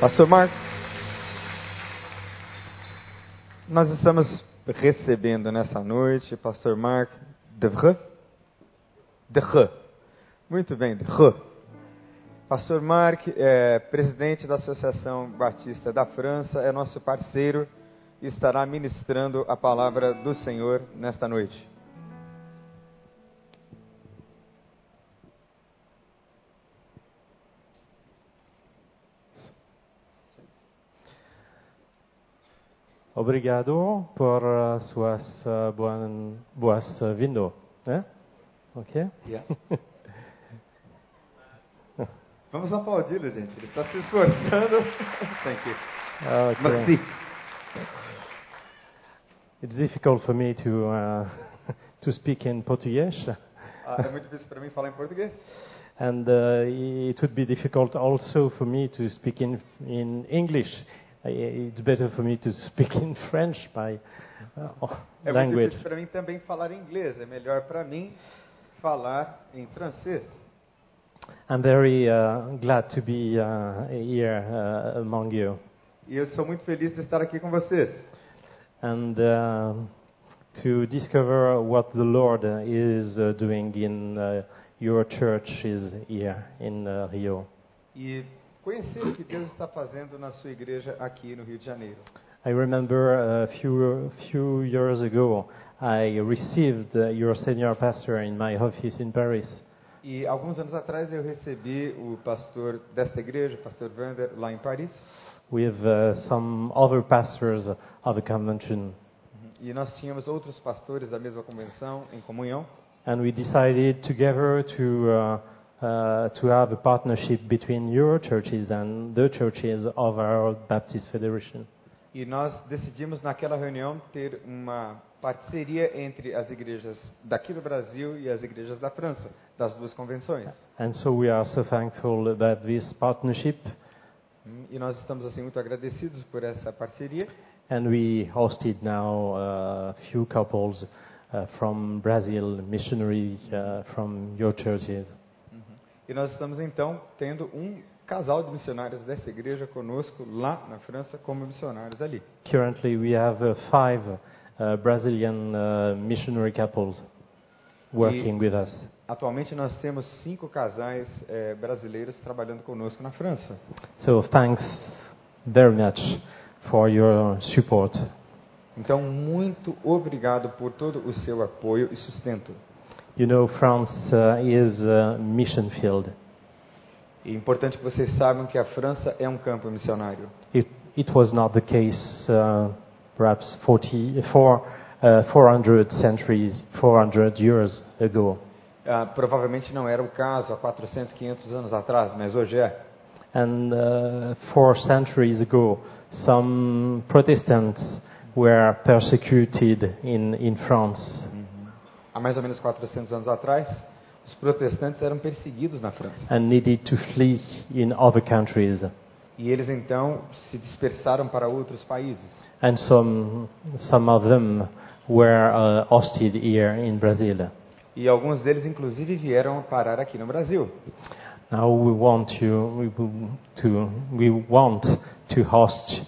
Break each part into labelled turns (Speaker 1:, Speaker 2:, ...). Speaker 1: Pastor Marcos, nós estamos recebendo nessa noite Pastor Marc Devre. Devre. Muito bem, Devre. Pastor Marc é presidente da Associação Batista da França, é nosso parceiro e estará ministrando a palavra do Senhor nesta noite.
Speaker 2: Obrigado por uh, suas uh, boas, boas uh, vindo, né? Ok? Uh,
Speaker 1: Yeah. Vamos aplaudi-lo, gente. Ele está se esforçando. Thank you.
Speaker 2: Okay.
Speaker 1: Merci.
Speaker 2: It's difficult for me to uh, to speak in Portuguese,
Speaker 1: Ah, é muito difícil para mim falar em português.
Speaker 2: and uh, it would be difficult also for me to speak in in English. I- It's better for me to speak in French, my uh,
Speaker 1: É muito
Speaker 2: language.
Speaker 1: difícil para mim também falar em inglês. É melhor para mim falar em francês.
Speaker 2: I'm very uh, glad to be uh, here uh, among you.
Speaker 1: E eu sou muito feliz de estar aqui com vocês.
Speaker 2: and uh, to discover what the Lord is uh, doing in uh, your church is here in uh, Rio.
Speaker 1: E conhecer o que Deus está fazendo na sua igreja aqui no Rio de Janeiro.
Speaker 2: I remember a few few years ago I received uh, your senior pastor in my office in Paris,
Speaker 1: E alguns anos atrás eu recebi o pastor desta igreja, o pastor Vander, lá em Paris.
Speaker 2: with uh, some other pastors of a convention,
Speaker 1: E nós tínhamos outros pastores da mesma convenção em comunhão.
Speaker 2: and we decided together to. Uh, uh, to have a partnership between your churches and the churches of our Baptist Federation.
Speaker 1: E nós decidimos naquela reunião ter uma parceria entre as igrejas daqui do Brasil e as igrejas da França, das duas convenções.
Speaker 2: And so we are so thankful about this partnership,
Speaker 1: Hum, E nós estamos assim muito agradecidos por essa parceria.
Speaker 2: and we hosted now a few couples uh, from Brazil, missionary uh, from your churches.
Speaker 1: E nós estamos então tendo um casal de missionários dessa igreja conosco lá na França como missionários ali.
Speaker 2: Currently, we have uh, five uh, Brazilian uh, missionary couples working with us.
Speaker 1: Atualmente nós temos cinco casais eh, brasileiros trabalhando conosco na França.
Speaker 2: So thanks very much for your support.
Speaker 1: Então muito obrigado por todo o seu apoio e sustento.
Speaker 2: You know, France uh, is a mission field.
Speaker 1: É importante que vocês saibam que a França é um campo missionário.
Speaker 2: It, it was not the case uh, perhaps 40, four, uh, 400 centuries, 400 years ago.
Speaker 1: Ah, provavelmente não era o caso há 400, 500 anos atrás, mas hoje é.
Speaker 2: And uh, four centuries ago, some Protestants were persecuted in, in France.
Speaker 1: Há mais ou menos 400 anos atrás, os protestantes eram perseguidos na França.
Speaker 2: And needed to flee in other countries,
Speaker 1: E eles então se dispersaram para outros países.
Speaker 2: and some some of them were uh, hosted here in Brazil.
Speaker 1: E alguns deles, inclusive, vieram parar aqui no Brasil.
Speaker 2: Now we want you, we, will- to, we want to host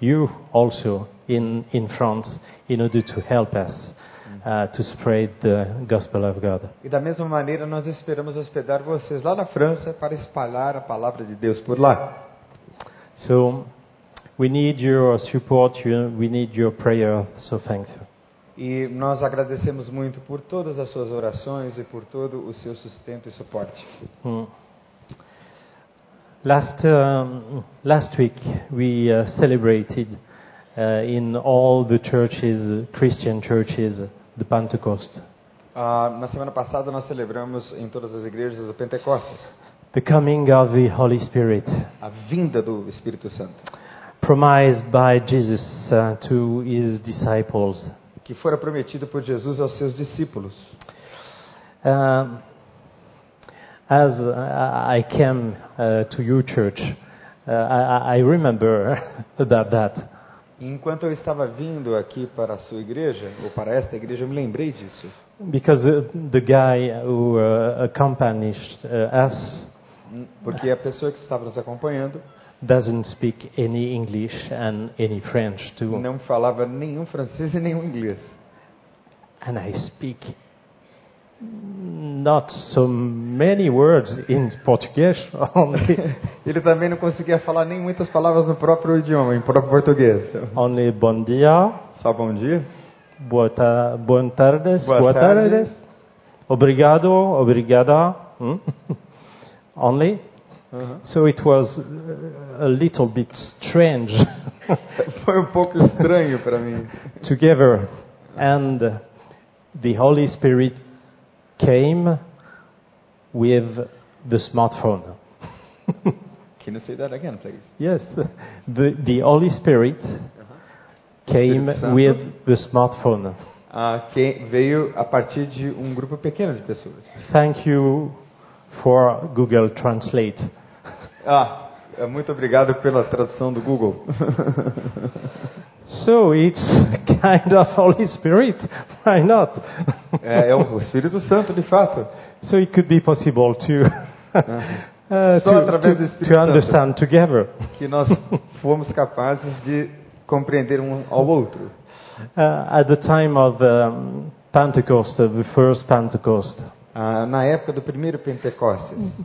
Speaker 2: you also in, in France in order to help us uh, to spread the gospel of God.
Speaker 1: E da mesma maneira, nós esperamos hospedar vocês lá na França para espalhar a palavra de Deus por lá.
Speaker 2: So we need your support, you, we need your prayer, so thank you.
Speaker 1: E nós agradecemos muito por todas as suas orações e por todo o seu sustento e suporte.
Speaker 2: Mm. Last, um, last week we uh, celebrated uh, in all the churches, Christian churches, the Pentecost.
Speaker 1: Ah, na semana passada, nós celebramos em todas as igrejas o Pentecostes,
Speaker 2: The coming of the Holy Spirit,
Speaker 1: a vinda do Espírito Santo,
Speaker 2: promised by Jesus uh, to his disciples.
Speaker 1: que fora prometido por Jesus aos seus discípulos.
Speaker 2: Um, as uh, I I came uh, to your church, uh, I, I- I remember about that.
Speaker 1: E enquanto eu estava vindo aqui para a sua igreja, ou para esta igreja, eu me lembrei disso.
Speaker 2: Because uh, the guy who uh, accompanied uh, us
Speaker 1: Porque a pessoa que estava nos acompanhando
Speaker 2: doesn't speak any English and any French too.
Speaker 1: não falava nenhum francês e nenhum inglês.
Speaker 2: And I speak not so many words in Portuguese only,
Speaker 1: Ele também não conseguia falar nem muitas palavras no próprio idioma, em próprio português. Então,
Speaker 2: only bom dia,
Speaker 1: só bom dia.
Speaker 2: boa, ta- boa tardes,
Speaker 1: Boa tarde.
Speaker 2: tardes, obrigado, obrigada, hmm? only.
Speaker 1: Uhum.
Speaker 2: So it was uh, a little bit strange
Speaker 1: Foi um pouco estranho para mim.
Speaker 2: together. And the Holy Spirit came with the smartphone.
Speaker 1: Can you say that again, please?
Speaker 2: Yes, Uh-huh. the, the Holy Spirit came
Speaker 1: Spirit Santo.
Speaker 2: with the smartphone.
Speaker 1: Ah, que veio a partir de um grupo pequeno de pessoas.
Speaker 2: Thank you for Google Translate.
Speaker 1: Ah, é, muito obrigado pela tradução do Google.
Speaker 2: So it's kind of Holy Spirit. Why not?
Speaker 1: É, é o Espírito Santo, de fato.
Speaker 2: so it could be possible to, uh,
Speaker 1: Só
Speaker 2: to,
Speaker 1: através do
Speaker 2: to,
Speaker 1: Espírito
Speaker 2: to
Speaker 1: Santo.
Speaker 2: understand together.
Speaker 1: Que nós fomos capazes de compreender um ao outro.
Speaker 2: Uh, at the time of um, Pentecost, uh, the first Pentecost,
Speaker 1: Ah, na época do primeiro Pentecostes,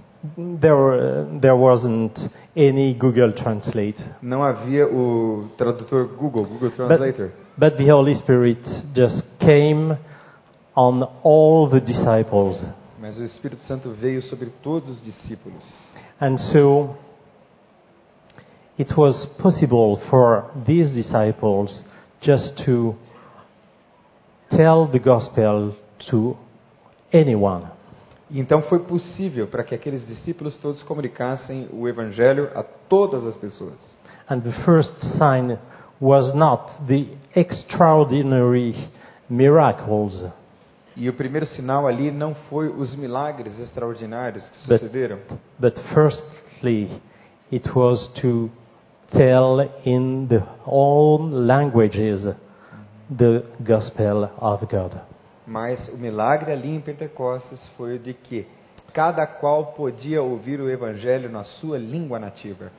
Speaker 2: there, were, there wasn't any Google Translate.
Speaker 1: não havia o tradutor Google, Google
Speaker 2: But,
Speaker 1: Translator.
Speaker 2: but the Holy Spirit just came on all the disciples.
Speaker 1: Mas o Espírito Santo veio sobre todos os discípulos.
Speaker 2: And so it was possible for these disciples just to tell the gospel to anyone.
Speaker 1: E Então foi possível para que aqueles discípulos todos comunicassem o Evangelho a todas as pessoas.
Speaker 2: And the first sign was not the extraordinary miracles,
Speaker 1: E o primeiro sinal ali não foi os milagres extraordinários que
Speaker 2: But-
Speaker 1: sucederam,
Speaker 2: but firstly, it was to tell in the all languages the gospel of God.
Speaker 1: mas o milagre ali em Pentecostes foi o de que cada qual podia ouvir o Evangelho na sua língua nativa.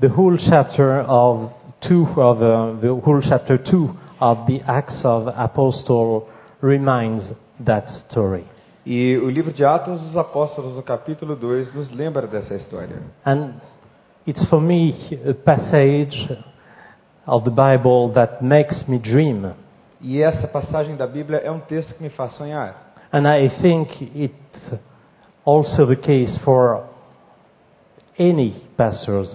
Speaker 2: The whole chapter of two of uh, the whole chapter two of the Acts of Apostle reminds that story.
Speaker 1: E o livro de Atos dos Apóstolos, no capítulo 2, nos lembra dessa história.
Speaker 2: And it's for me a passage of the Bible that makes me dream.
Speaker 1: E essa passagem da Bíblia é um texto que me faz sonhar.
Speaker 2: And I think it's also the case for any pastors.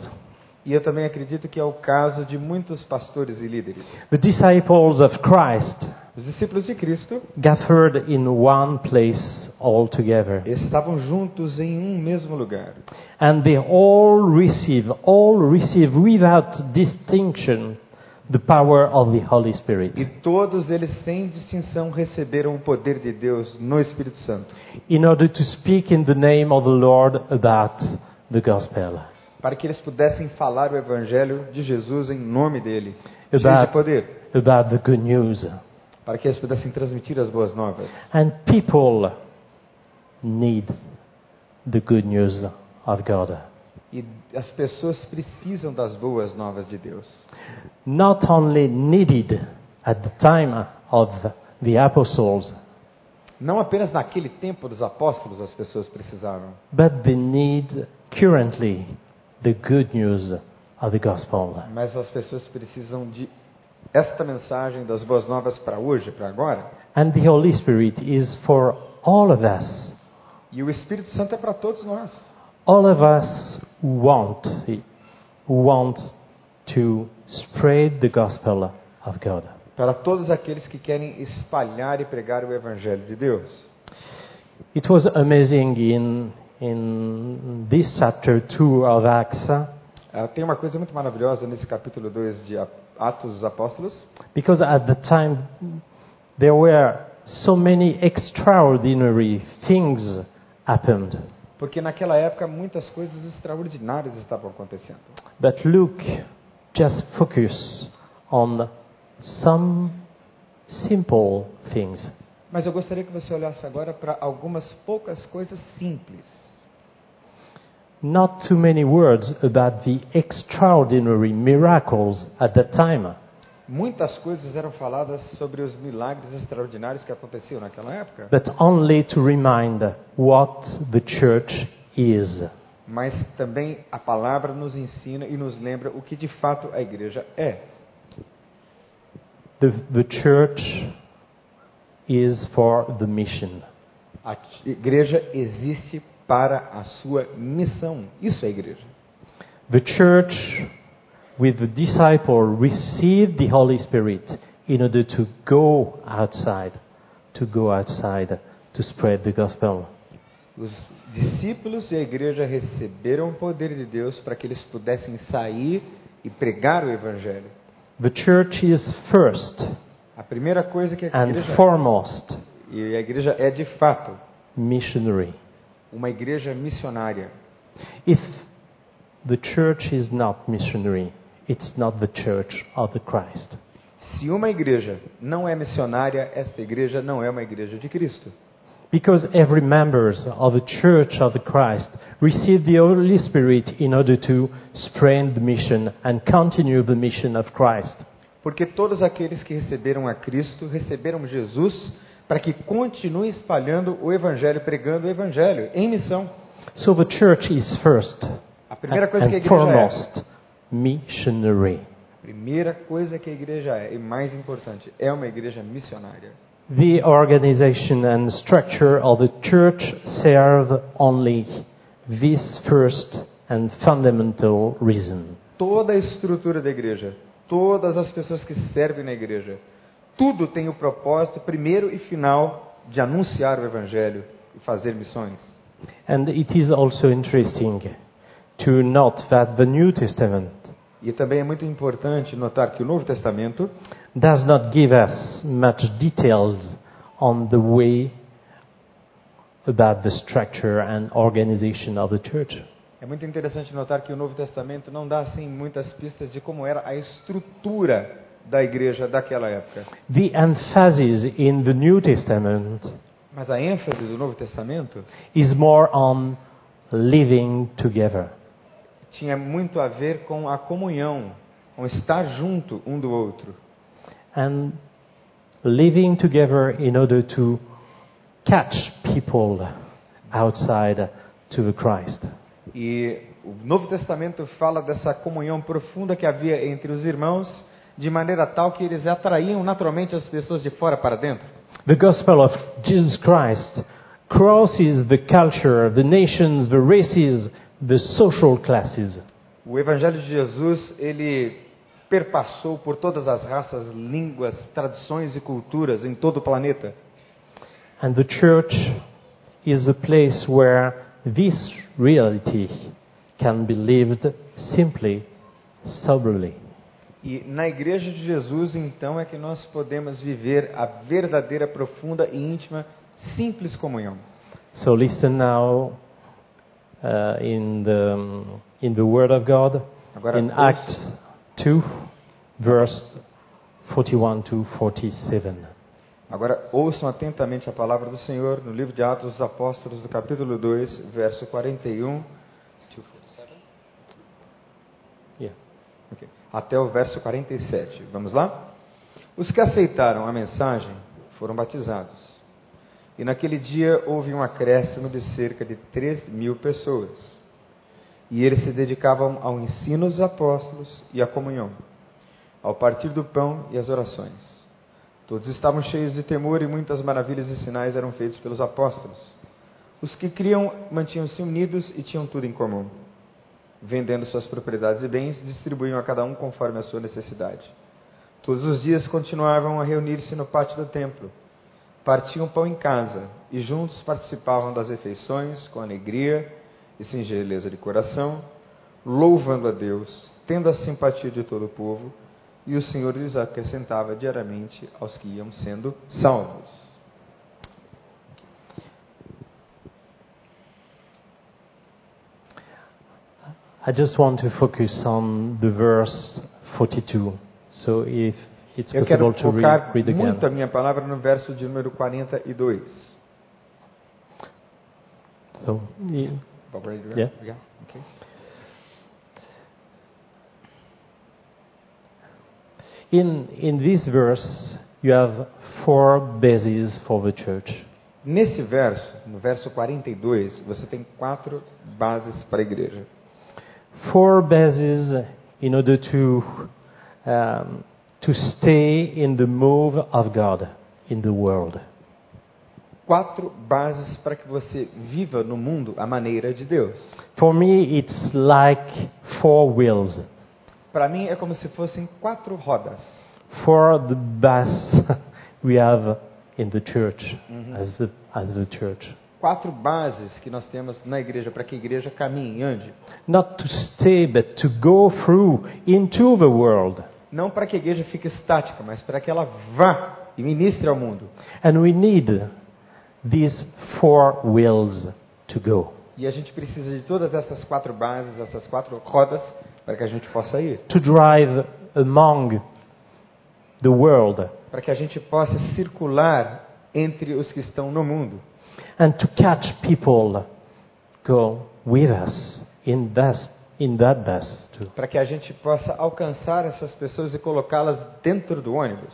Speaker 1: E eu também acredito que é o caso de muitos pastores e líderes.
Speaker 2: The disciples of Christ
Speaker 1: Os discípulos de Cristo
Speaker 2: gathered in one place all together.
Speaker 1: estavam juntos em um mesmo lugar.
Speaker 2: And they all receive, all receive without distinction the power of the Holy Spirit.
Speaker 1: E todos eles, sem distinção, receberam o poder de Deus no Espírito Santo,
Speaker 2: in order to speak in the name of the Lord about the gospel.
Speaker 1: para que eles pudessem falar o Evangelho de Jesus em nome dele,
Speaker 2: Eu
Speaker 1: cheio
Speaker 2: dá-
Speaker 1: de poder,
Speaker 2: about the good news.
Speaker 1: para que eles pudessem transmitir as boas novas.
Speaker 2: And people need the good news of God.
Speaker 1: E as pessoas precisam das boas novas de Deus.
Speaker 2: Not only needed at the time of the apostles,
Speaker 1: Não apenas naquele tempo dos apóstolos as pessoas precisavam,
Speaker 2: but they need currently the good news of the gospel.
Speaker 1: mas as pessoas precisam de esta mensagem das boas novas para hoje, para agora.
Speaker 2: And the Holy Spirit is for all of us.
Speaker 1: E o Espírito Santo é para todos nós.
Speaker 2: all of us want want to spread the gospel of God.
Speaker 1: Para todos aqueles que querem espalhar e pregar o Evangelho de Deus.
Speaker 2: It was amazing in in this chapter 2 of Acts uh,
Speaker 1: Ah, tem uma coisa muito maravilhosa nesse capítulo 2 de A- Atos dos Apóstolos,
Speaker 2: because at the time there were so many extraordinary things happened.
Speaker 1: porque naquela época muitas coisas extraordinárias estavam acontecendo.
Speaker 2: But Luke just focus on some simple things.
Speaker 1: Mas eu gostaria que você olhasse agora para algumas poucas coisas simples.
Speaker 2: not too many words about the extraordinary miracles at that time.
Speaker 1: Muitas coisas eram faladas sobre os milagres extraordinários que aconteciam naquela época,
Speaker 2: but only to remind what the church is.
Speaker 1: mas também a palavra nos ensina e nos lembra o que de fato a igreja é.
Speaker 2: The, the church is for the mission.
Speaker 1: A t- igreja existe para a sua missão. Isso é igreja.
Speaker 2: The church with the disciple received the Holy Spirit in order to go outside, to go outside to spread the gospel.
Speaker 1: Os discípulos e a igreja receberam o poder de Deus para que eles pudessem sair e pregar o evangelho.
Speaker 2: The church is first
Speaker 1: A primeira coisa que a
Speaker 2: and
Speaker 1: igreja
Speaker 2: foremost
Speaker 1: e a igreja é de fato
Speaker 2: missionary.
Speaker 1: uma igreja missionária.
Speaker 2: If the church is not missionary, it's not the church of the Christ.
Speaker 1: Se uma igreja não é missionária, esta igreja não é uma igreja de Cristo.
Speaker 2: Because every members of the Church of the Christ received the Holy Spirit in order to spread the mission and continue the mission of Christ.
Speaker 1: Porque todos aqueles que receberam a Cristo receberam Jesus para que continue espalhando o evangelho, pregando o evangelho em missão.
Speaker 2: So the church is first
Speaker 1: A primeira coisa que a
Speaker 2: and
Speaker 1: igreja é,
Speaker 2: foremost missionary.
Speaker 1: a primeira coisa que a igreja é, e mais importante, é uma igreja missionária.
Speaker 2: The organization and structure of the church serve only this first and fundamental reason.
Speaker 1: Toda a estrutura da igreja, todas as pessoas que servem na igreja, tudo tem o propósito primeiro e final de anunciar o evangelho e fazer missões.
Speaker 2: And it is also interesting to note that the New Testament
Speaker 1: E também é muito importante notar que o Novo Testamento
Speaker 2: does not give us much details on the way about the structure and organization of the church.
Speaker 1: é muito interessante notar que o Novo Testamento não dá assim muitas pistas de como era a estrutura da igreja daquela época.
Speaker 2: The emphasis in the New Testament
Speaker 1: Mas a ênfase do Novo Testamento
Speaker 2: is more on living together.
Speaker 1: tinha muito a ver com a comunhão, com estar junto um do outro.
Speaker 2: and living together in order to catch people outside to the Christ.
Speaker 1: E o Novo Testamento fala dessa comunhão profunda que havia entre os irmãos, de maneira tal que eles atraíam naturalmente as pessoas de fora para dentro.
Speaker 2: The gospel of Jesus Christ crosses the culture, the nations, the races, the social classes.
Speaker 1: O Evangelho de Jesus, ele perpassou por todas as raças, línguas, tradições e culturas em todo o planeta.
Speaker 2: And the church is a place where this reality can be lived simply, soberly.
Speaker 1: E na igreja de Jesus, então, é que nós podemos viver a verdadeira, profunda e íntima, simples comunhão.
Speaker 2: So listen now uh, in, the, um, in the Word of God
Speaker 1: Agora,
Speaker 2: in Acts 2, verse 41 to 47.
Speaker 1: agora ouçam atentamente a palavra do Senhor no livro de Atos dos Apóstolos, do capítulo 2, verso 41
Speaker 2: Yeah.
Speaker 1: Ok. Até o verso 47. Vamos lá? Os que aceitaram a mensagem foram batizados. E naquele dia houve um acréscimo de cerca de 3 mil pessoas. E eles se dedicavam ao ensino dos apóstolos e à comunhão, ao partir do pão e às orações. Todos estavam cheios de temor e muitas maravilhas e sinais eram feitos pelos apóstolos. Os que criam mantinham-se unidos e tinham tudo em comum vendendo suas propriedades e bens, distribuíam a cada um conforme a sua necessidade. Todos os dias continuavam a reunir-se no pátio do templo. Partiam pão em casa e juntos participavam das refeições com alegria e singeleza de coração, louvando a Deus, tendo a simpatia de todo o povo, e o Senhor lhes acrescentava diariamente aos que iam sendo salvos.
Speaker 2: I just want to focus on the verse 42. So if it's
Speaker 1: Eu quero
Speaker 2: possible to
Speaker 1: focar
Speaker 2: read, read again.
Speaker 1: muito a minha palavra no verso de número 42.
Speaker 2: So y-
Speaker 1: Bob ready to go?
Speaker 2: Yeah.
Speaker 1: Yeah. Okay.
Speaker 2: In, in this verse, you have four bases for the church.
Speaker 1: Nesse verso, no verso 42, você tem quatro bases para a igreja.
Speaker 2: Four bases in order to, um, to stay in the move of God in the world.
Speaker 1: Quatro bases para que você viva no mundo a maneira de Deus.
Speaker 2: For me, it's like four wheels,
Speaker 1: Para mim é como se fossem quatro rodas.
Speaker 2: four the bus we have in the church, as, the, as the church.
Speaker 1: Quatro bases que nós temos na igreja para que a igreja caminhe e ande.
Speaker 2: Not to stay, but to go through into the world.
Speaker 1: Não para que a igreja fique estática, mas para que ela vá e ministre ao mundo.
Speaker 2: And we need these four wheels to go.
Speaker 1: E a gente precisa de todas essas quatro bases, essas quatro rodas, para que a gente possa ir.
Speaker 2: To drive among the world
Speaker 1: Para que a gente possa circular entre os que estão no mundo.
Speaker 2: and to catch people go with us in that, in that bus too.
Speaker 1: Para que a gente possa alcançar essas pessoas e colocá-las dentro do ônibus.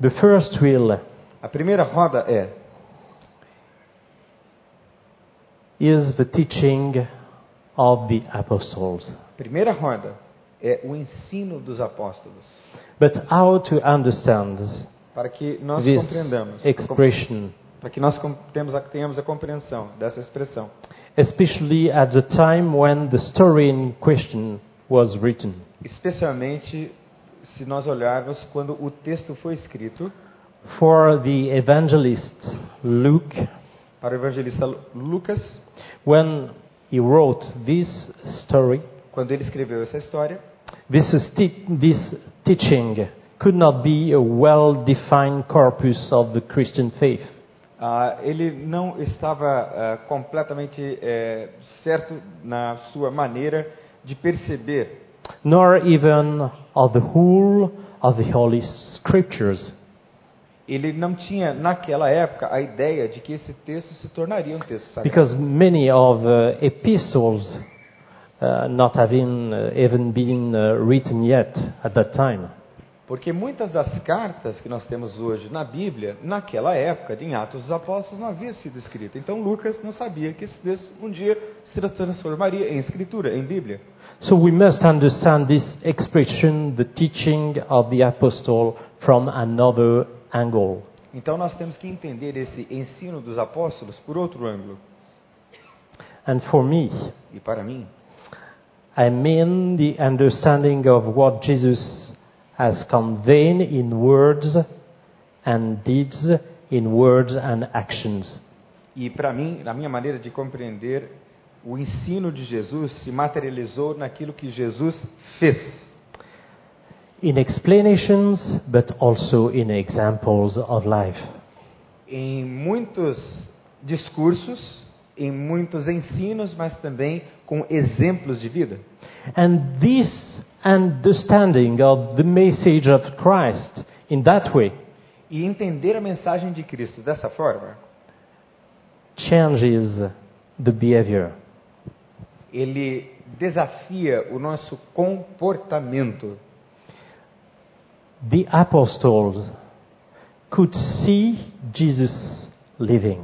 Speaker 2: The first wheel
Speaker 1: A primeira roda é
Speaker 2: is the teaching of the apostles.
Speaker 1: Primeira roda é o ensino dos apóstolos,
Speaker 2: But how to understand this
Speaker 1: para que nós compreendamos,
Speaker 2: expression,
Speaker 1: para que nós com- temos a, tenhamos a compreensão dessa expressão,
Speaker 2: especially at the time when the story in question was written.
Speaker 1: especialmente se nós olharmos quando o texto foi escrito
Speaker 2: For the evangelist Luke,
Speaker 1: para o evangelista Lu- Lucas,
Speaker 2: when he wrote this story,
Speaker 1: quando ele escreveu essa história,
Speaker 2: this, is te- this teaching could not be a well defined corpus of the Christian faith.
Speaker 1: ah, ele não estava ah, completamente eh, certo na sua maneira de perceber
Speaker 2: nor even of the whole of the Holy Scriptures.
Speaker 1: ele não tinha naquela época a ideia de que esse texto se tornaria um texto sagrado.
Speaker 2: Because many of the epistles uh, not having uh, even been uh, written yet at that time.
Speaker 1: Porque muitas das cartas que nós temos hoje na Bíblia, naquela época, em Atos dos Apóstolos, não havia sido escrita. Então Lucas não sabia que esse texto um dia se transformaria em escritura, em Bíblia.
Speaker 2: So we must understand this expression, the teaching of the apostle, from another angle.
Speaker 1: Então nós temos que entender esse ensino dos apóstolos por outro ângulo.
Speaker 2: And for me,
Speaker 1: E para mim,
Speaker 2: I mean the understanding of what Jesus has conveyed in words and deeds, in words and actions.
Speaker 1: e para mim, na minha maneira de compreender, o ensino de Jesus se materializou naquilo que Jesus fez.
Speaker 2: in explanations, but also in examples of life.
Speaker 1: em muitos discursos, em muitos ensinos, mas também com exemplos de vida.
Speaker 2: And this understanding of the message of Christ in that way
Speaker 1: E entender a mensagem de Cristo dessa forma,
Speaker 2: changes the behavior.
Speaker 1: ele desafia o nosso comportamento.
Speaker 2: The apostles could see Jesus living.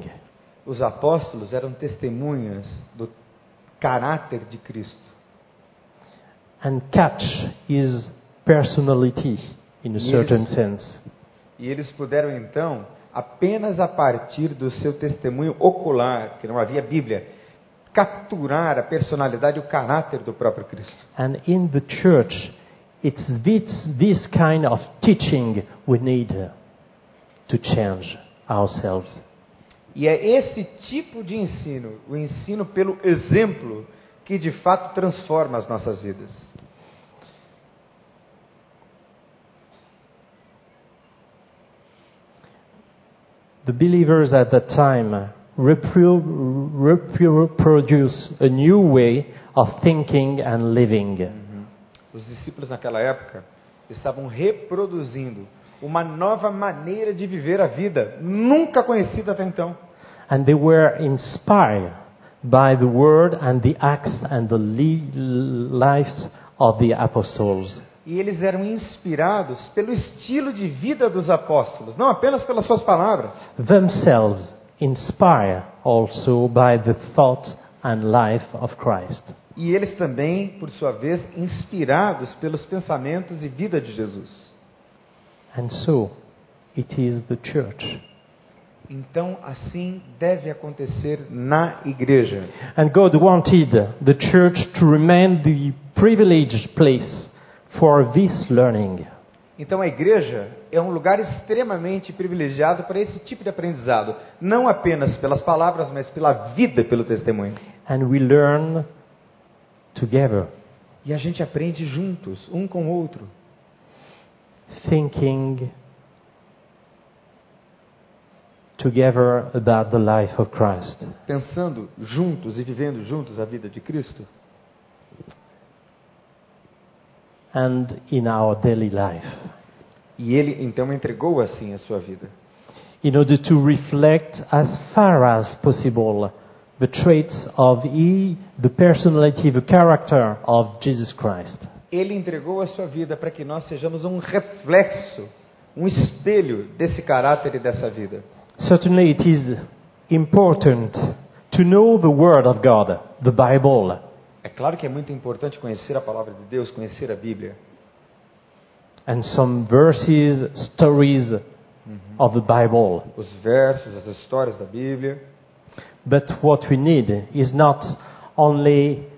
Speaker 1: Os apóstolos eram testemunhas do caráter de Cristo
Speaker 2: and catch his personality in a
Speaker 1: Yes.
Speaker 2: certain sense.
Speaker 1: e eles puderam então, apenas a partir do seu testemunho ocular, que não havia Bíblia, capturar a personalidade e o caráter do próprio Cristo.
Speaker 2: And in the church, it's this, this kind of teaching we need uh, to change ourselves.
Speaker 1: E é esse tipo de ensino, o ensino pelo exemplo, que de fato transforma as nossas vidas.
Speaker 2: The believers at that time repro- reproduce a new way of thinking and living.
Speaker 1: Os discípulos naquela época estavam reproduzindo uma nova maneira de viver a vida, nunca conhecida até então.
Speaker 2: and they were inspired by the word and the acts and the li- lives of the apostles.
Speaker 1: E eles eram inspirados pelo estilo de vida dos apóstolos, não apenas pelas suas palavras.
Speaker 2: Themselves inspired also by the thought and life of Christ.
Speaker 1: E eles também, por sua vez, inspirados pelos pensamentos e vida de Jesus.
Speaker 2: And so, it is the church.
Speaker 1: Então, assim deve acontecer na igreja.
Speaker 2: And God wanted the church to remain the privileged place for this learning.
Speaker 1: Então, a igreja é um lugar extremamente privilegiado para esse tipo de aprendizado, não apenas pelas palavras, mas pela vida, pelo testemunho.
Speaker 2: And we learn together,
Speaker 1: E a gente aprende juntos, um com o outro,
Speaker 2: thinking together about the life of Christ.
Speaker 1: pensando juntos e vivendo juntos a vida de Cristo
Speaker 2: and in our daily life
Speaker 1: E ele então entregou assim a sua vida,
Speaker 2: in order to reflect as far as possible the traits of he, the personality, the character of Jesus Christ.
Speaker 1: ele entregou a sua vida para que nós sejamos um reflexo, um espelho desse caráter e dessa vida.
Speaker 2: Certainly, it is important to know the Word of God, the Bible,
Speaker 1: É claro que é muito importante conhecer a palavra de Deus, conhecer a Bíblia.
Speaker 2: and some verses, stories of the Bible.
Speaker 1: os versos, as histórias da Bíblia.
Speaker 2: But what we need is not only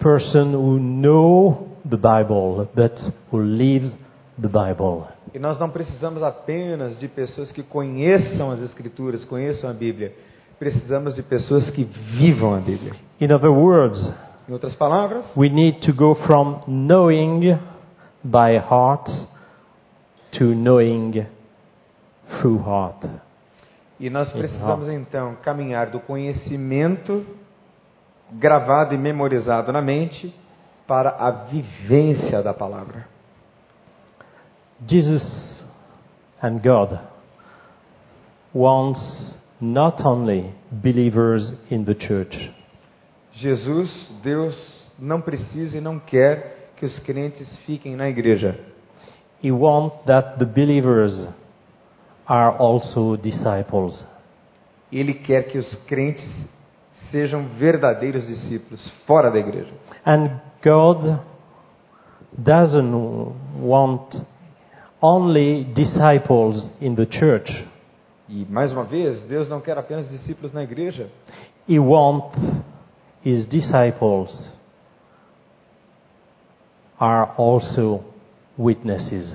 Speaker 2: person who know the Bible, but who lives the Bible.
Speaker 1: E nós não precisamos apenas de pessoas que conheçam as Escrituras, conheçam a Bíblia. Precisamos de pessoas que vivam a Bíblia.
Speaker 2: In other words,
Speaker 1: Em outras palavras,
Speaker 2: we need to go from knowing by heart to knowing through heart.
Speaker 1: e nós precisamos então caminhar do conhecimento gravado e memorizado na mente para a vivência da palavra.
Speaker 2: Jesus and God wants not only believers in the church,
Speaker 1: Jesus, Deus, não precisa e não quer que os crentes fiquem na igreja.
Speaker 2: He wants that the believers are also disciples.
Speaker 1: Ele quer que os crentes sejam verdadeiros discípulos fora da igreja.
Speaker 2: And God doesn't want only disciples in the church.
Speaker 1: E mais uma vez, Deus não quer apenas discípulos na igreja.
Speaker 2: He wants his disciples are also witnesses.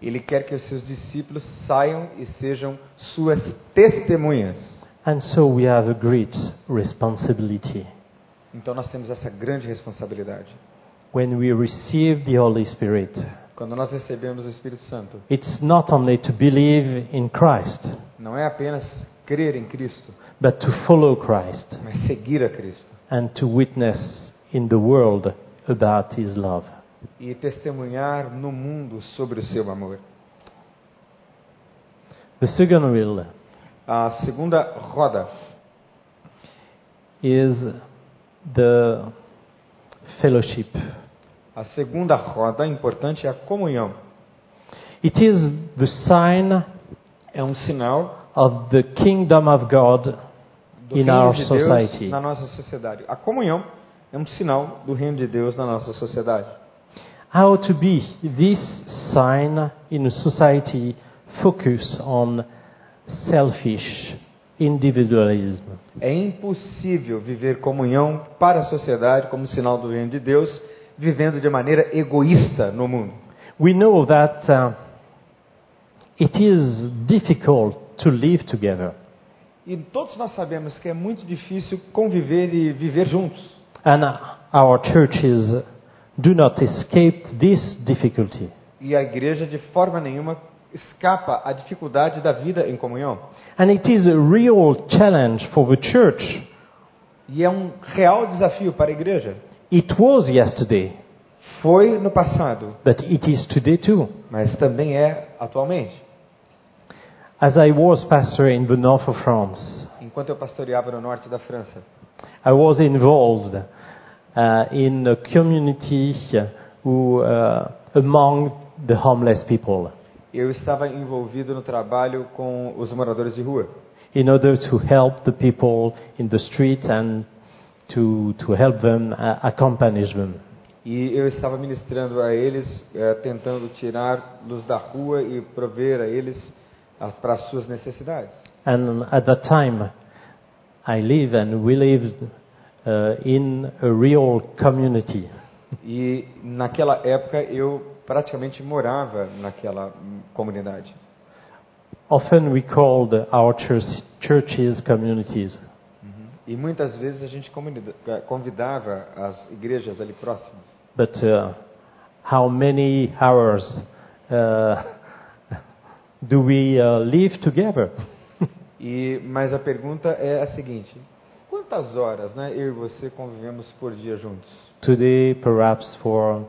Speaker 1: Ele quer que os seus discípulos saiam e sejam suas testemunhas.
Speaker 2: And so we have a great responsibility.
Speaker 1: Então nós temos essa grande responsabilidade.
Speaker 2: When we receive the Holy Spirit,
Speaker 1: Quando nós recebemos o Espírito Santo,
Speaker 2: it's not only to believe in Christ,
Speaker 1: não é apenas crer em Cristo,
Speaker 2: but to follow Christ
Speaker 1: mas seguir a Cristo
Speaker 2: and to witness in the world about his love.
Speaker 1: e testemunhar no mundo sobre o seu amor.
Speaker 2: The second will
Speaker 1: A segunda roda
Speaker 2: is the fellowship.
Speaker 1: A segunda roda importante é a comunhão.
Speaker 2: It is the sign
Speaker 1: É um sinal
Speaker 2: of the kingdom of God
Speaker 1: do
Speaker 2: in
Speaker 1: reino
Speaker 2: our
Speaker 1: de Deus
Speaker 2: society.
Speaker 1: na nossa sociedade. A comunhão é um sinal do reino de Deus na nossa sociedade.
Speaker 2: How to be this sign in a society focused on selfish individualism.
Speaker 1: É impossível viver comunhão para a sociedade como sinal do reino de Deus, vivendo de maneira egoísta no mundo.
Speaker 2: We know that uh, it is difficult to live together,
Speaker 1: E todos nós sabemos que é muito difícil conviver e viver juntos.
Speaker 2: and uh, our churches do not escape this difficulty.
Speaker 1: E a igreja, de forma nenhuma, escapa à dificuldade da vida em comunhão.
Speaker 2: And it is a real challenge for the church.
Speaker 1: E é um real desafio para a igreja.
Speaker 2: It was yesterday,
Speaker 1: Foi no passado,
Speaker 2: But it is today too.
Speaker 1: mas também é atualmente.
Speaker 2: As I was pastor in the north of France,
Speaker 1: enquanto eu pastoreava no norte da França.
Speaker 2: I was involved uh, in a community who, uh, among the homeless people
Speaker 1: Eu estava envolvido no trabalho com os moradores de rua.
Speaker 2: in order to help the people in the street and to, to help them, uh, accompany them.
Speaker 1: E eu estava ministrando a eles, eh, tentando tirá-los da rua e prover a eles ah, para as suas necessidades.
Speaker 2: And at that time, I lived and we lived uh, in a real community.
Speaker 1: E naquela época eu praticamente morava naquela hum, comunidade.
Speaker 2: Often we called our church, churches communities.
Speaker 1: E muitas vezes a gente comunida- eh, convidava as igrejas ali próximas.
Speaker 2: But uh, how many hours uh, do we uh, live together?
Speaker 1: E mas a pergunta é a seguinte: quantas horas, né, eu e você convivemos por dia juntos?
Speaker 2: Today, perhaps for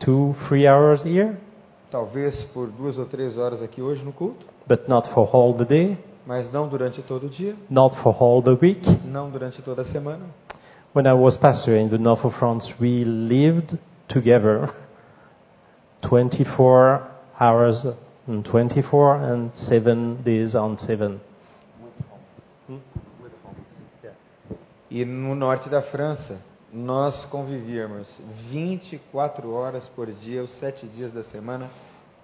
Speaker 2: two, three hours here,
Speaker 1: Talvez por duas ou três horas aqui hoje no culto,
Speaker 2: but not for all the day,
Speaker 1: mas não durante todo o dia,
Speaker 2: not for all the week.
Speaker 1: não durante toda a semana.
Speaker 2: When I was pastor in the north of France, we lived together 24 hours and 24 and 7 days on 7.
Speaker 1: E no norte da França, nós convivíamos 24 horas por dia, os sete dias da semana,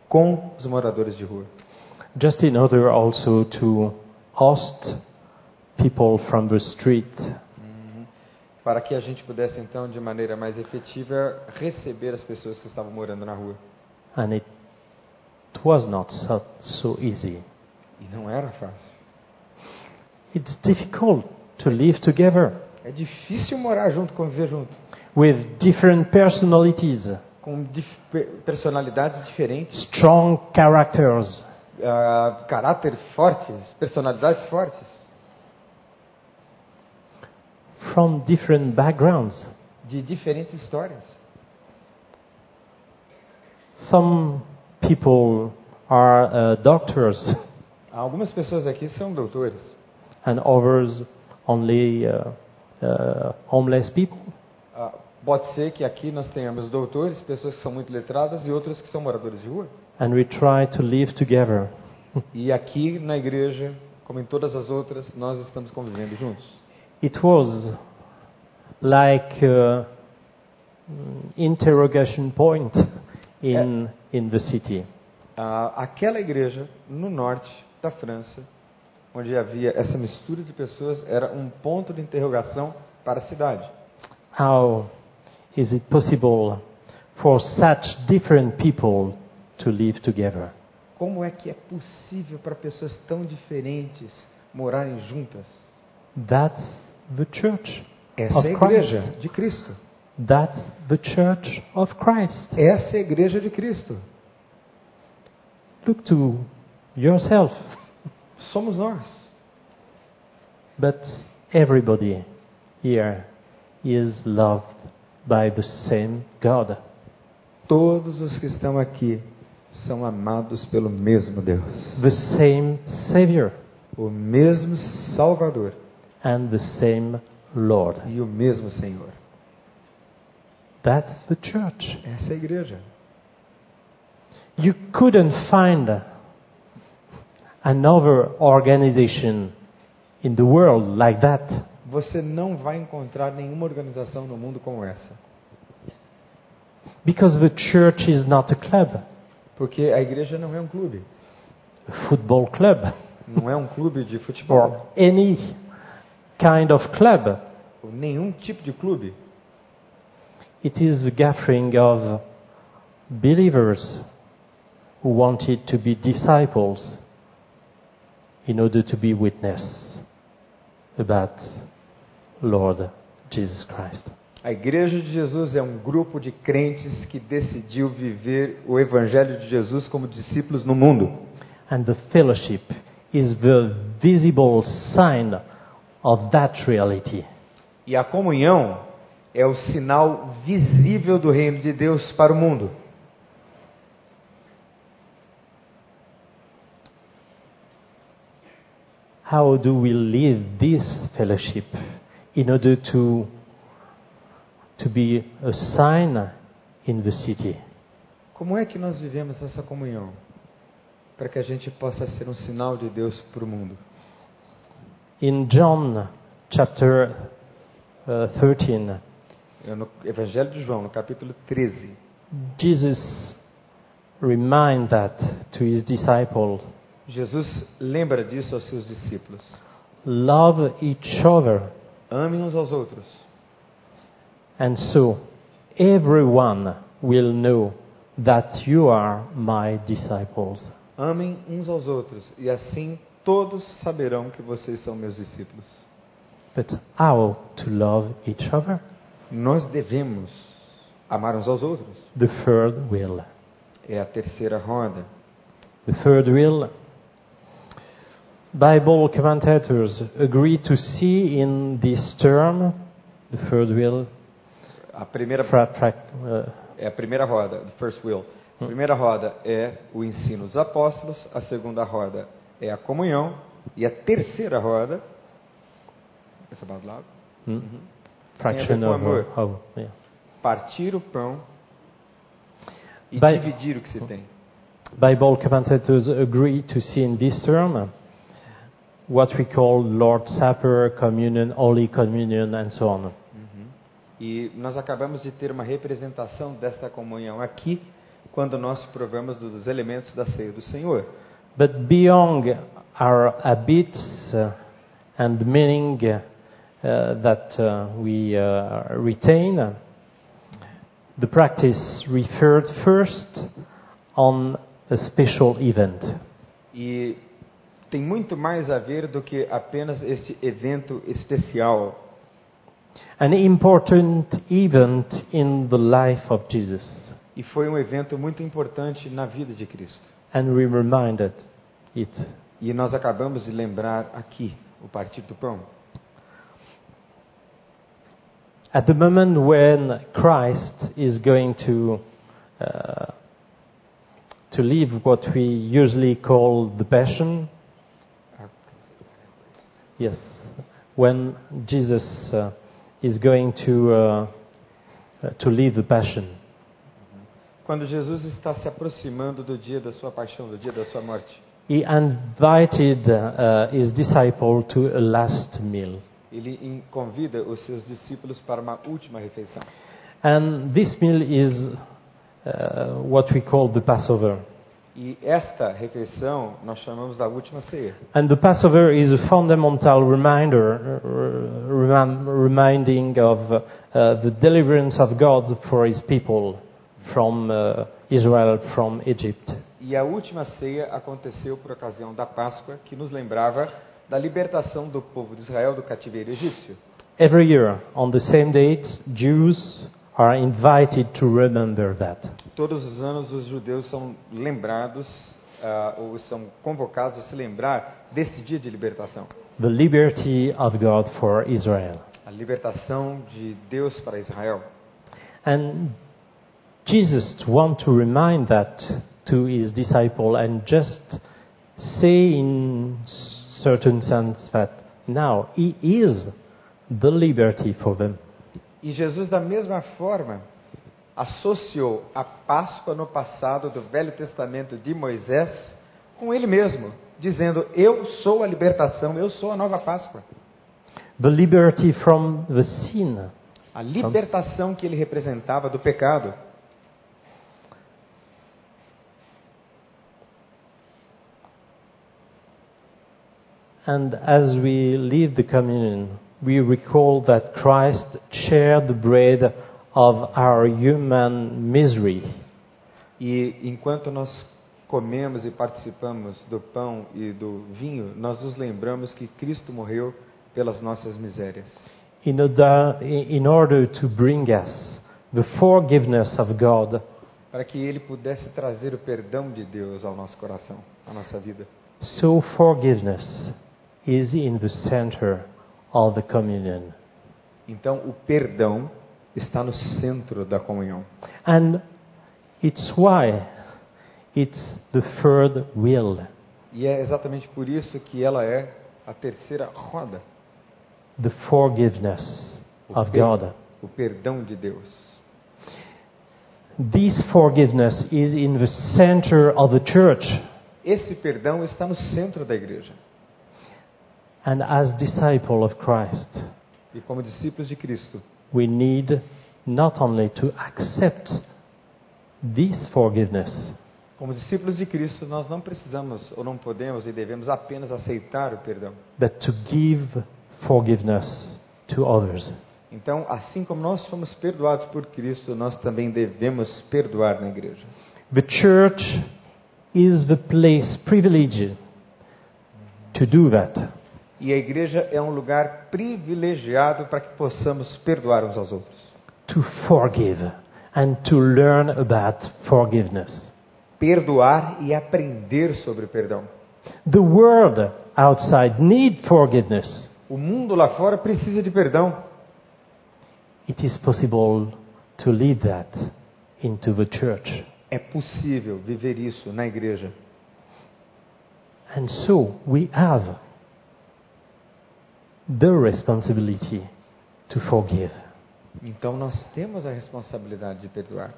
Speaker 1: com os moradores de rua.
Speaker 2: Just in order also to host people from the street
Speaker 1: Para que a gente pudesse, então, de maneira mais efetiva, receber as pessoas que estavam morando na rua.
Speaker 2: and it was not so, so easy.
Speaker 1: E não era fácil.
Speaker 2: It's difficult to live together
Speaker 1: É difícil morar junto, conviver junto,
Speaker 2: with different personalities,
Speaker 1: com dif- pe- personalidades diferentes,
Speaker 2: strong characters,
Speaker 1: ah, caráter fortes, personalidades fortes,
Speaker 2: from different backgrounds.
Speaker 1: de diferentes histórias.
Speaker 2: Some people are uh, doctors
Speaker 1: Algumas pessoas aqui são doutores,
Speaker 2: and others only uh, uh, homeless people.
Speaker 1: Ah, Pode ser que aqui nós tenhamos doutores, pessoas que são muito letradas e outras que são moradores de rua.
Speaker 2: And we try to live together.
Speaker 1: E aqui na igreja, como em todas as outras, nós estamos convivendo juntos.
Speaker 2: It was like uh, interrogation point in, in the city.
Speaker 1: Ah, aquela igreja no norte da França, onde havia essa mistura de pessoas, era um ponto de interrogação para a cidade.
Speaker 2: How is it possible for such different people to live together?
Speaker 1: Como é que é possível para pessoas tão diferentes morarem juntas?
Speaker 2: That's the church.
Speaker 1: Essa é a
Speaker 2: Of Christ.
Speaker 1: igreja de Cristo.
Speaker 2: That's the church of Christ.
Speaker 1: Essa é a igreja de Cristo.
Speaker 2: Look to yourself,
Speaker 1: Somos nós.
Speaker 2: but everybody here is loved by the same God.
Speaker 1: Todos os que estão aqui são amados pelo mesmo Deus,
Speaker 2: the same Savior
Speaker 1: o mesmo Salvador
Speaker 2: and the same Lord.
Speaker 1: e o mesmo Senhor.
Speaker 2: That's the church.
Speaker 1: Essa é a igreja.
Speaker 2: You couldn't find another organization in the world like that.
Speaker 1: Você não vai encontrar nenhuma organização no mundo como essa,
Speaker 2: Because the church is not a club,
Speaker 1: porque a igreja não é um clube,
Speaker 2: a football club,
Speaker 1: não é um clube de futebol,
Speaker 2: or any kind of club.
Speaker 1: ou nenhum tipo de clube.
Speaker 2: It is the gathering of believers who wanted to be disciples in order to be witness about Lord Jesus Christ.
Speaker 1: A igreja de Jesus é um grupo de crentes que decidiu viver o evangelho de Jesus como discípulos no mundo.
Speaker 2: And the fellowship is the visible sign of that reality.
Speaker 1: E a comunhão é o sinal visível do reino de Deus para o mundo.
Speaker 2: how do we live this fellowship in order to, to be a sign in the city?
Speaker 1: Como é que nós vivemos essa comunhão? Para que a gente possa ser um sinal de Deus para o mundo.
Speaker 2: In John chapter uh, 13,
Speaker 1: Eu, no Evangelho de João, no capítulo 13,
Speaker 2: Jesus reminds that to his disciples
Speaker 1: Jesus lembra disso aos seus discípulos.
Speaker 2: love each other.
Speaker 1: Amem uns aos outros.
Speaker 2: And so everyone will know that you are my disciples.
Speaker 1: Amem uns aos outros. E assim todos saberão que vocês são meus discípulos.
Speaker 2: But how to love each other?
Speaker 1: Nós devemos amar uns aos outros.
Speaker 2: The third will.
Speaker 1: É a terceira roda.
Speaker 2: The third will. Bible commentators agree to see in this term, the third will,
Speaker 1: A primeira
Speaker 2: fra- fra- uh,
Speaker 1: é a primeira roda, the first wheel. A primeira roda é o ensino dos apóstolos, a segunda roda é a comunhão e a terceira roda essa palavra,
Speaker 2: mm, fraction
Speaker 1: com
Speaker 2: of,
Speaker 1: amor.
Speaker 2: of- yeah.
Speaker 1: partir o pão e
Speaker 2: Vai-
Speaker 1: dividir o que se tem.
Speaker 2: Bible commentators agree to see in this term what we call Lord's Supper, Communion, Holy Communion, and so on.
Speaker 1: E nós acabamos de ter uma representação desta comunhão aqui quando nós provamos dos elementos da ceia do Senhor.
Speaker 2: But beyond our habits uh, and meaning uh, that uh, we uh, retain, the practice referred first on a special event.
Speaker 1: E tem muito mais a ver do que apenas este evento especial
Speaker 2: An important event in the life of Jesus.
Speaker 1: E foi um evento muito importante na vida de Cristo.
Speaker 2: And we reminded it
Speaker 1: E nós acabamos de lembrar aqui o partir do pão.
Speaker 2: At the moment when Christ is going to uh, to live what we usually call the passion, yes, when Jesus uh, is going to uh, uh, to live the passion,
Speaker 1: Quando Jesus está se aproximando do dia da sua paixão, do dia da sua morte,
Speaker 2: he invited uh, his disciple to a last meal,
Speaker 1: ele em- convida os seus discípulos para uma última refeição.
Speaker 2: and this meal is uh, what we call the Passover.
Speaker 1: E esta refeição nós chamamos da última ceia.
Speaker 2: And the Passover is a fundamental reminder, uh, remem- reminding of uh, the deliverance of God for his people from uh, Israel, from Egypt.
Speaker 1: E a última ceia aconteceu por ocasião da Páscoa, que nos lembrava da libertação do povo de Israel do cativeiro egípcio.
Speaker 2: Every year, on the same date, Jews are invited to remember that.
Speaker 1: Todos os anos os judeus são lembrados, ah, ou são convocados a se lembrar desse dia de libertação.
Speaker 2: The liberty of God for Israel.
Speaker 1: A libertação de Deus para Israel.
Speaker 2: And Jesus want to remind that to his disciple and just say in certain sense that now he is the liberty for them.
Speaker 1: E Jesus, da mesma forma, associou a Páscoa no passado do Velho Testamento de Moisés com ele mesmo, dizendo: Eu sou a libertação, eu sou a nova Páscoa.
Speaker 2: The liberty from the sin.
Speaker 1: A libertação que ele representava do pecado.
Speaker 2: And as we leave the communion, we recall that Christ shared the bread of our human misery.
Speaker 1: E enquanto nós comemos e participamos do pão e do vinho, nós nos lembramos que Cristo morreu pelas nossas misérias,
Speaker 2: in order, in order to bring us the forgiveness of God
Speaker 1: para que ele pudesse trazer o perdão de Deus ao nosso coração, à nossa vida.
Speaker 2: So forgiveness is in the center of the communion.
Speaker 1: Então, o perdão está no centro da comunhão.
Speaker 2: And it's why it's the third will.
Speaker 1: E é exatamente por isso que ela é a terceira roda,
Speaker 2: the forgiveness of
Speaker 1: Okay.
Speaker 2: God.
Speaker 1: o perdão de Deus.
Speaker 2: This forgiveness is in the center of the church
Speaker 1: Esse perdão está no centro da igreja.
Speaker 2: and as disciple of Christ,
Speaker 1: E como discípulos de Cristo,
Speaker 2: we need not only to accept this forgiveness,
Speaker 1: como discípulos de Cristo, nós não precisamos ou não podemos e devemos apenas aceitar o perdão.
Speaker 2: but to give forgiveness to others.
Speaker 1: Então, assim como nós fomos perdoados por Cristo, nós também devemos perdoar na igreja.
Speaker 2: The church is the place privileged to do that.
Speaker 1: E a igreja é um lugar privilegiado para que possamos perdoar uns aos outros.
Speaker 2: to forgive and to learn about forgiveness.
Speaker 1: Perdoar e aprender sobre o perdão.
Speaker 2: The world outside need forgiveness.
Speaker 1: O mundo lá fora precisa de perdão.
Speaker 2: It is possible to lead that into the church.
Speaker 1: É possível viver isso na igreja.
Speaker 2: And so we have the responsibility to forgive.
Speaker 1: Então nós temos a responsabilidade de perdoar.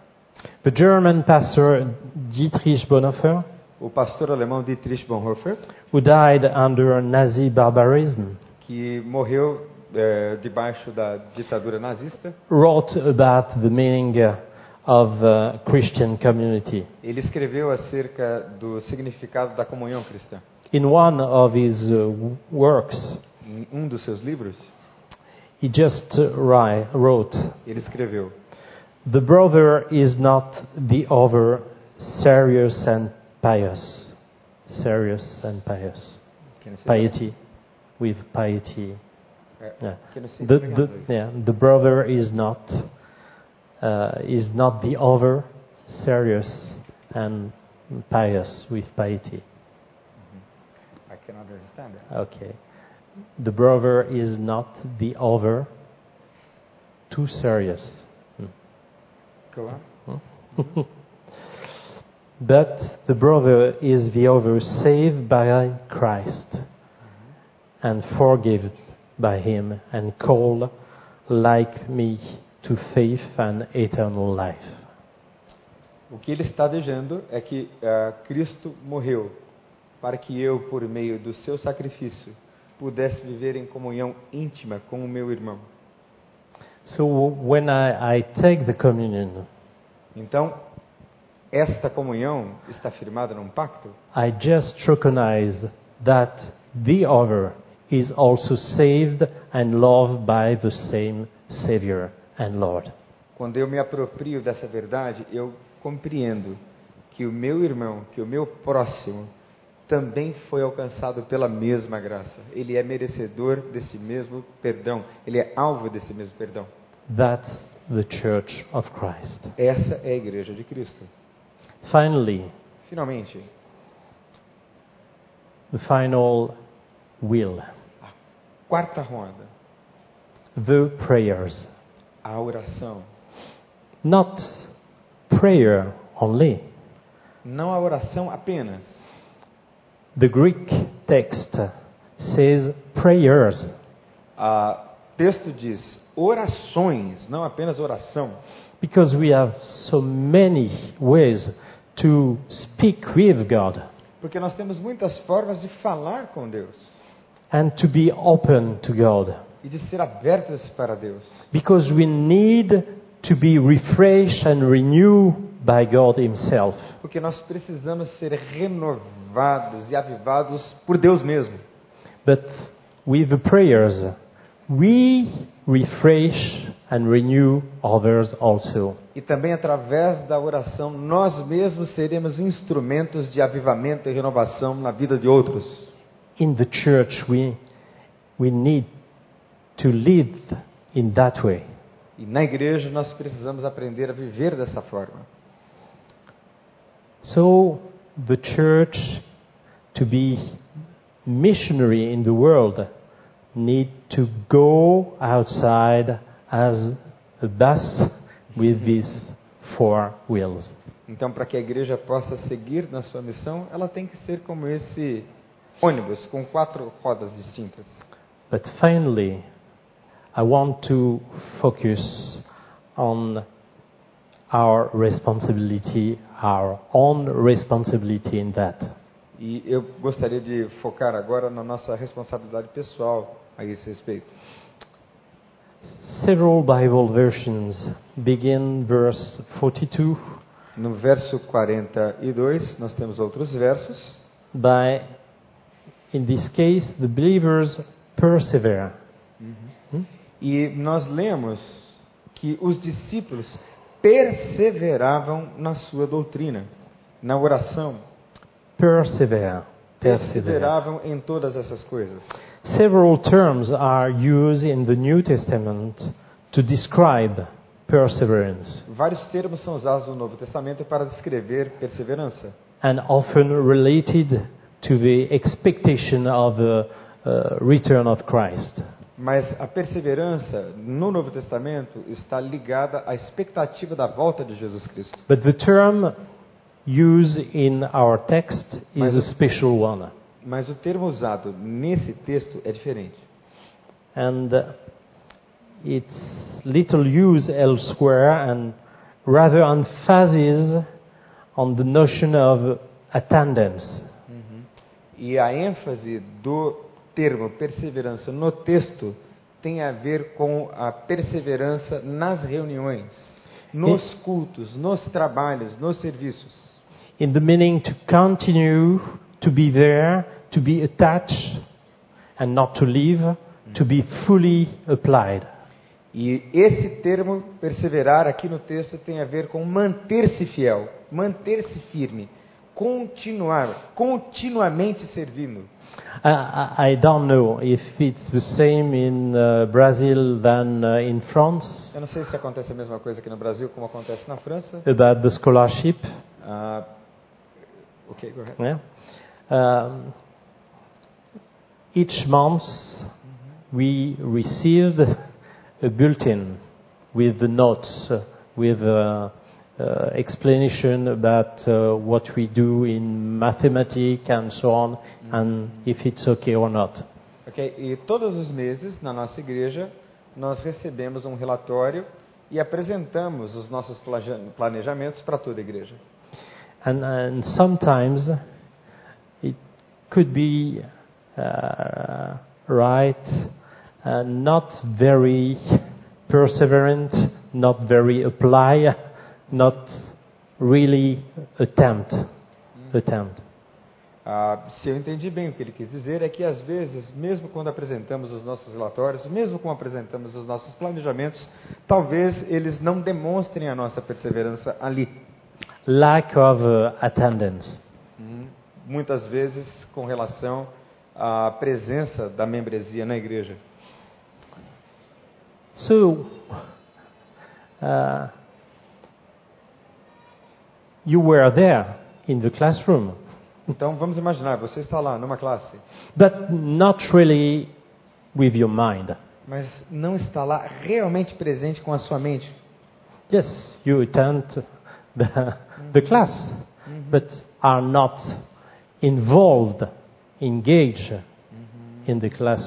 Speaker 2: The German pastor Dietrich Bonhoeffer,
Speaker 1: O pastor alemão Dietrich Bonhoeffer,
Speaker 2: who died under Nazi barbarism,
Speaker 1: que morreu eh, debaixo da ditadura nazista,
Speaker 2: wrote about the meaning uh, of uh, Christian community.
Speaker 1: ele escreveu acerca do significado da comunhão cristã.
Speaker 2: In one of his uh, w- works,
Speaker 1: Em um dos seus livros,
Speaker 2: he just uh, ri- wrote,
Speaker 1: ele escreveu:
Speaker 2: The brother is not the other, serious and pious. Serious and pious.
Speaker 1: que não sei-
Speaker 2: Piety. With piety.
Speaker 1: É,
Speaker 2: Yeah.
Speaker 1: que não sei-
Speaker 2: The,
Speaker 1: obrigado,
Speaker 2: the,
Speaker 1: Luiz.
Speaker 2: yeah, the brother is not, uh, is not the other, serious and pious with piety.
Speaker 1: I cannot understand that.
Speaker 2: Okay. The brother is not the other, too serious.
Speaker 1: Go on.
Speaker 2: But the brother is the other saved by Christ
Speaker 1: Uhum.
Speaker 2: and forgiven by him and called like me to faith and eternal life.
Speaker 1: O que ele está dizendo é que ah, Cristo morreu para que eu, por meio do seu sacrifício, pudesse viver em comunhão íntima com o meu irmão.
Speaker 2: So when I, I take the communion,
Speaker 1: Então, esta comunhão está firmada num pacto.
Speaker 2: I just recognize that the other is also saved and loved by the same Savior and Lord.
Speaker 1: Quando eu me aproprio dessa verdade, eu compreendo que o meu irmão, que o meu próximo, também foi alcançado pela mesma graça. Ele é merecedor desse mesmo perdão. Ele é alvo desse mesmo perdão.
Speaker 2: That's the Church of Christ.
Speaker 1: Essa é a igreja de Cristo.
Speaker 2: Finally,
Speaker 1: Finalmente,
Speaker 2: the final will,
Speaker 1: quarta ronda,
Speaker 2: the prayers.
Speaker 1: a oração.
Speaker 2: Not prayer only.
Speaker 1: Não a oração apenas.
Speaker 2: The Greek text says prayers.
Speaker 1: Ah, O texto diz orações, não apenas oração.
Speaker 2: Because we have so many ways to speak with God
Speaker 1: Porque nós temos muitas formas de falar com Deus
Speaker 2: and to be open to God.
Speaker 1: e de ser abertos para Deus.
Speaker 2: Because we need to be refreshed and renewed by God Himself.
Speaker 1: Porque nós precisamos ser renovados e avivados por Deus mesmo.
Speaker 2: But with the prayers, we refresh and renew others also.
Speaker 1: E também através da oração, nós mesmos seremos instrumentos de avivamento e renovação na vida de outros.
Speaker 2: In the church, we, we need to live in that way.
Speaker 1: E na igreja nós precisamos aprender a viver dessa forma.
Speaker 2: So the church to be missionary in the world need to go outside as a bus with these four wheels.
Speaker 1: Então, para que a igreja possa seguir na sua missão, ela tem que ser como esse ônibus com quatro rodas distintas.
Speaker 2: But finally, I want to focus on our responsibility, our own responsibility in that.
Speaker 1: E eu gostaria de focar agora na nossa responsabilidade pessoal a esse respeito.
Speaker 2: Several Bible versions begin verse 42
Speaker 1: No verso 42, nós temos outros versos.
Speaker 2: by, in this case, the believers persevere.
Speaker 1: E nós lemos que os discípulos perseveravam na sua doutrina, na oração,
Speaker 2: Persevere. Persevere.
Speaker 1: perseveravam em todas essas coisas.
Speaker 2: Several terms are used in the New Testament to describe perseverance
Speaker 1: Vários termos são usados no Novo Testamento para descrever perseverança,
Speaker 2: and often related to the expectation of the uh, return of Christ.
Speaker 1: mas a perseverança no Novo Testamento está ligada à expectativa da volta de Jesus Cristo.
Speaker 2: But the term used in our text is a special one.
Speaker 1: Mas o termo usado nesse texto é diferente.
Speaker 2: And uh, it's little used elsewhere and rather emphasis on the notion of attendance.
Speaker 1: E a ênfase do termo perseverança no texto tem a ver com a perseverança nas reuniões, nos cultos, nos trabalhos, nos serviços.
Speaker 2: in the meaning to continue to be there, to be attached, and not to leave, to be fully applied.
Speaker 1: E esse termo perseverar aqui no texto tem a ver com manter-se fiel, manter-se firme, continuar, continuamente servindo.
Speaker 2: I, I, I don't know if it's the same in uh, Brazil than uh, in France
Speaker 1: Eu não sei se acontece a mesma coisa aqui no Brasil como acontece na França.
Speaker 2: about the scholarship.
Speaker 1: Ah, ok, go ahead.
Speaker 2: Yeah? Um, each month we received a bulletin with the notes, uh, with uh, uh, explanation about uh, what we do in mathematics and so on, and if it's okay or not.
Speaker 1: Ok, e todos os meses na nossa igreja nós recebemos um relatório e apresentamos os nossos plaja- planejamentos para toda a igreja.
Speaker 2: And, and sometimes it could be uh, right, uh, not very perseverant, not very apply, not really attempt, attempt.
Speaker 1: Ah, se eu entendi bem o que ele quis dizer, é que às vezes, mesmo quando apresentamos os nossos relatórios, mesmo quando apresentamos os nossos planejamentos, talvez eles não demonstrem a nossa perseverança ali.
Speaker 2: Lack of uh, attendance.
Speaker 1: Hum, Muitas vezes com relação à presença da membresia na igreja.
Speaker 2: So, uh, you were there in the classroom,
Speaker 1: Então vamos imaginar, você está lá numa classe,
Speaker 2: but not really with your mind.
Speaker 1: mas não está lá realmente presente com a sua mente.
Speaker 2: Yes, you attend the, the class, but are not involved, engaged in the class.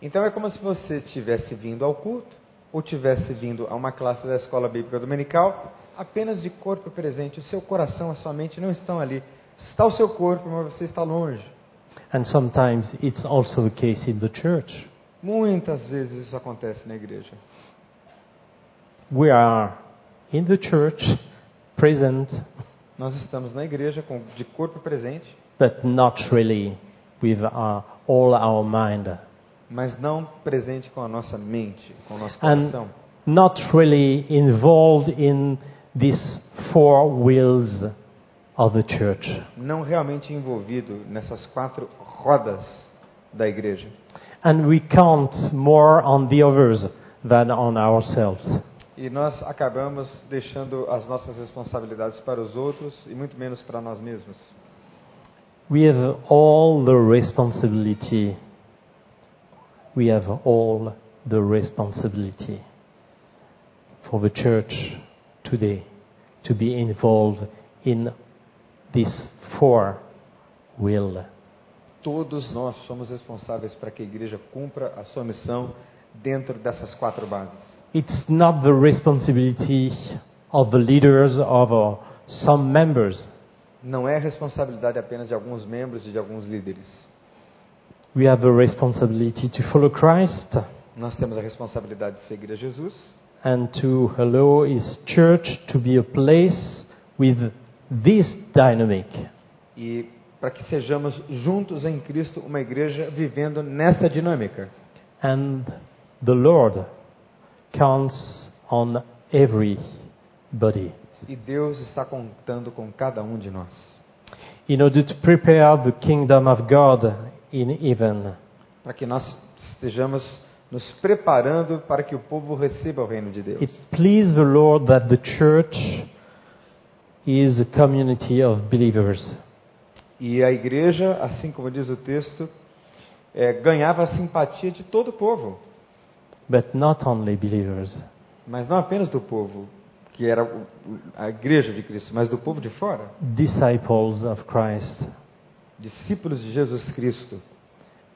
Speaker 1: Então é como se você tivesse vindo ao culto ou tivesse vindo a uma classe da escola bíblica dominical, apenas de corpo presente, o seu coração, a sua mente não estão ali. Está o seu corpo, mas você está longe.
Speaker 2: And sometimes it's also the case in the church.
Speaker 1: Muitas vezes isso acontece na igreja.
Speaker 2: We are in the church, present,
Speaker 1: Nós estamos na igreja com, de corpo presente,
Speaker 2: but not really with our, all our mind,
Speaker 1: mas não presente com a nossa mente, com o nosso
Speaker 2: And-
Speaker 1: coração.
Speaker 2: not really involved in these four wheels of the church.
Speaker 1: Não realmente envolvido nessas quatro rodas da igreja.
Speaker 2: And we count more on the others than on ourselves.
Speaker 1: E nós acabamos deixando as nossas responsabilidades para os outros e muito menos para nós mesmos.
Speaker 2: We have all the responsibility. We have all the responsibility for the church today to be involved in these four will.
Speaker 1: Todos nós somos responsáveis para que a igreja cumpra a sua missão dentro dessas quatro bases.
Speaker 2: It's not the responsibility of the leaders of uh, some members.
Speaker 1: Não é responsabilidade apenas de alguns membros e de alguns líderes.
Speaker 2: We have a responsibility to follow Christ
Speaker 1: Nós temos a responsabilidade de seguir a Jesus
Speaker 2: and to allow His church to be a place with this dynamic.
Speaker 1: e para que sejamos juntos em Cristo uma igreja vivendo nesta dinâmica.
Speaker 2: And the Lord counts on everybody
Speaker 1: E Deus está contando com cada um de nós
Speaker 2: in order to prepare the kingdom of God in heaven.
Speaker 1: para que nós estejamos nos preparando para que o povo receba o reino de Deus.
Speaker 2: It pleased the Lord that the church is a community of believers.
Speaker 1: E a igreja, assim como diz o texto, é, ganhava a simpatia de todo o povo,
Speaker 2: But not only believers,
Speaker 1: mas não apenas do povo que era o- o- a igreja de Cristo, mas do povo de fora,
Speaker 2: disciples of Christ
Speaker 1: discípulos de Jesus Cristo,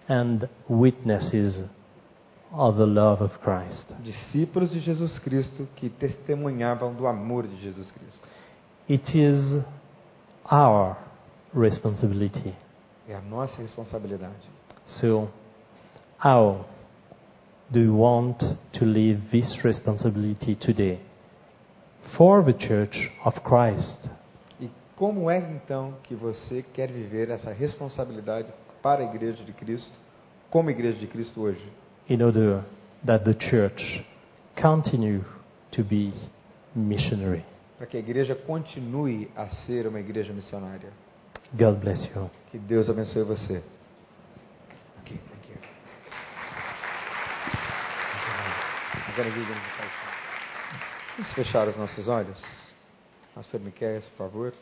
Speaker 2: and witnesses of the love of Christ.
Speaker 1: discípulos de Jesus Cristo que testemunhavam do amor de Jesus Cristo.
Speaker 2: It is our responsibility.
Speaker 1: É a nossa responsabilidade.
Speaker 2: So, how do you want to live this responsibility today for the church of Christ?
Speaker 1: E como é então que você quer viver essa responsabilidade para a igreja de Cristo, como igreja de Cristo hoje?
Speaker 2: in order that the church continue to be missionary.
Speaker 1: Para que a igreja continue a ser uma igreja missionária.
Speaker 2: God bless you.
Speaker 1: Que Deus abençoe você. Okay, thank you. I'm gonna give you the mic. Vamos fechar os nossos olhos. Pastor Miquel, por favor.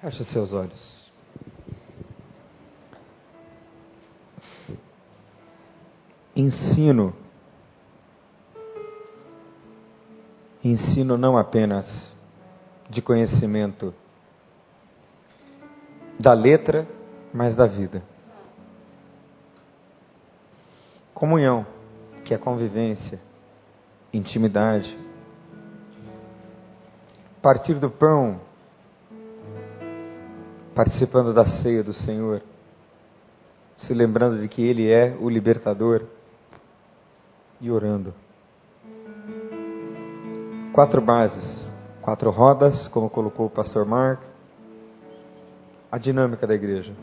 Speaker 1: Feche os seus olhos. ensino. Ensino não apenas de conhecimento da letra, mas da vida. Comunhão, que é convivência, intimidade. Partir do pão, participando da ceia do Senhor, se lembrando de que Ele é o libertador e orando. Quatro bases, quatro rodas, como colocou o pastor Mark. A dinâmica da igreja: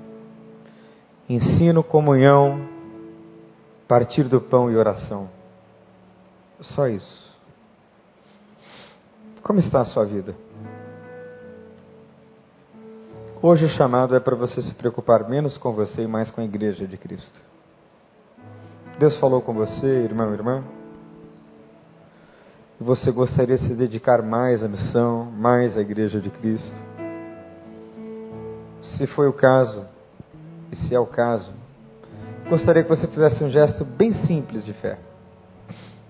Speaker 1: ensino, comunhão, partir do pão e oração. Só isso. Como está a sua vida? Hoje o chamado é para você se preocupar menos com você e mais com a igreja de Cristo. Deus falou com você, irmão e irmã, e você gostaria de se dedicar mais à missão, mais à igreja de Cristo. Se foi o caso, e se é o caso, gostaria que você fizesse um gesto bem simples de fé.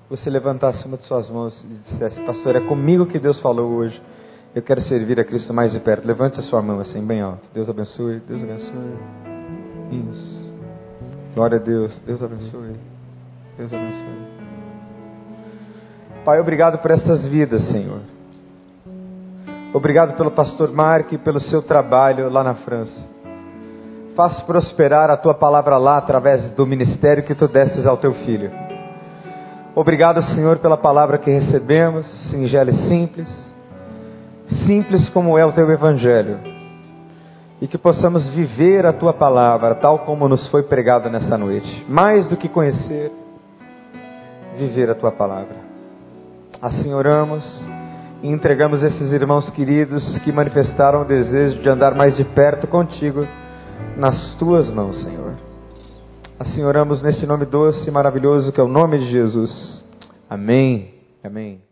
Speaker 1: Você levantasse uma de suas mãos e dissesse, pastor, é comigo que Deus falou hoje. Eu quero servir a Cristo mais de perto. Levante a sua mão assim, bem alto. Deus abençoe, Deus abençoe. Isso. Glória a Deus. Deus abençoe. Deus abençoe. Pai, obrigado por essas vidas, Senhor. Obrigado pelo pastor Mark e pelo seu trabalho lá na França. Faz prosperar a tua palavra lá através do ministério que tu destes ao teu filho. Obrigado, Senhor, pela palavra que recebemos, singela e simples, simples como é o teu evangelho e que possamos viver a tua palavra tal como nos foi pregada nesta noite. Mais do que conhecer, viver a tua palavra. Assim oramos e entregamos esses irmãos queridos que manifestaram o desejo de andar mais de perto contigo nas tuas mãos, Senhor. Assim oramos nesse nome doce e maravilhoso que é o nome de Jesus. Amém. Amém.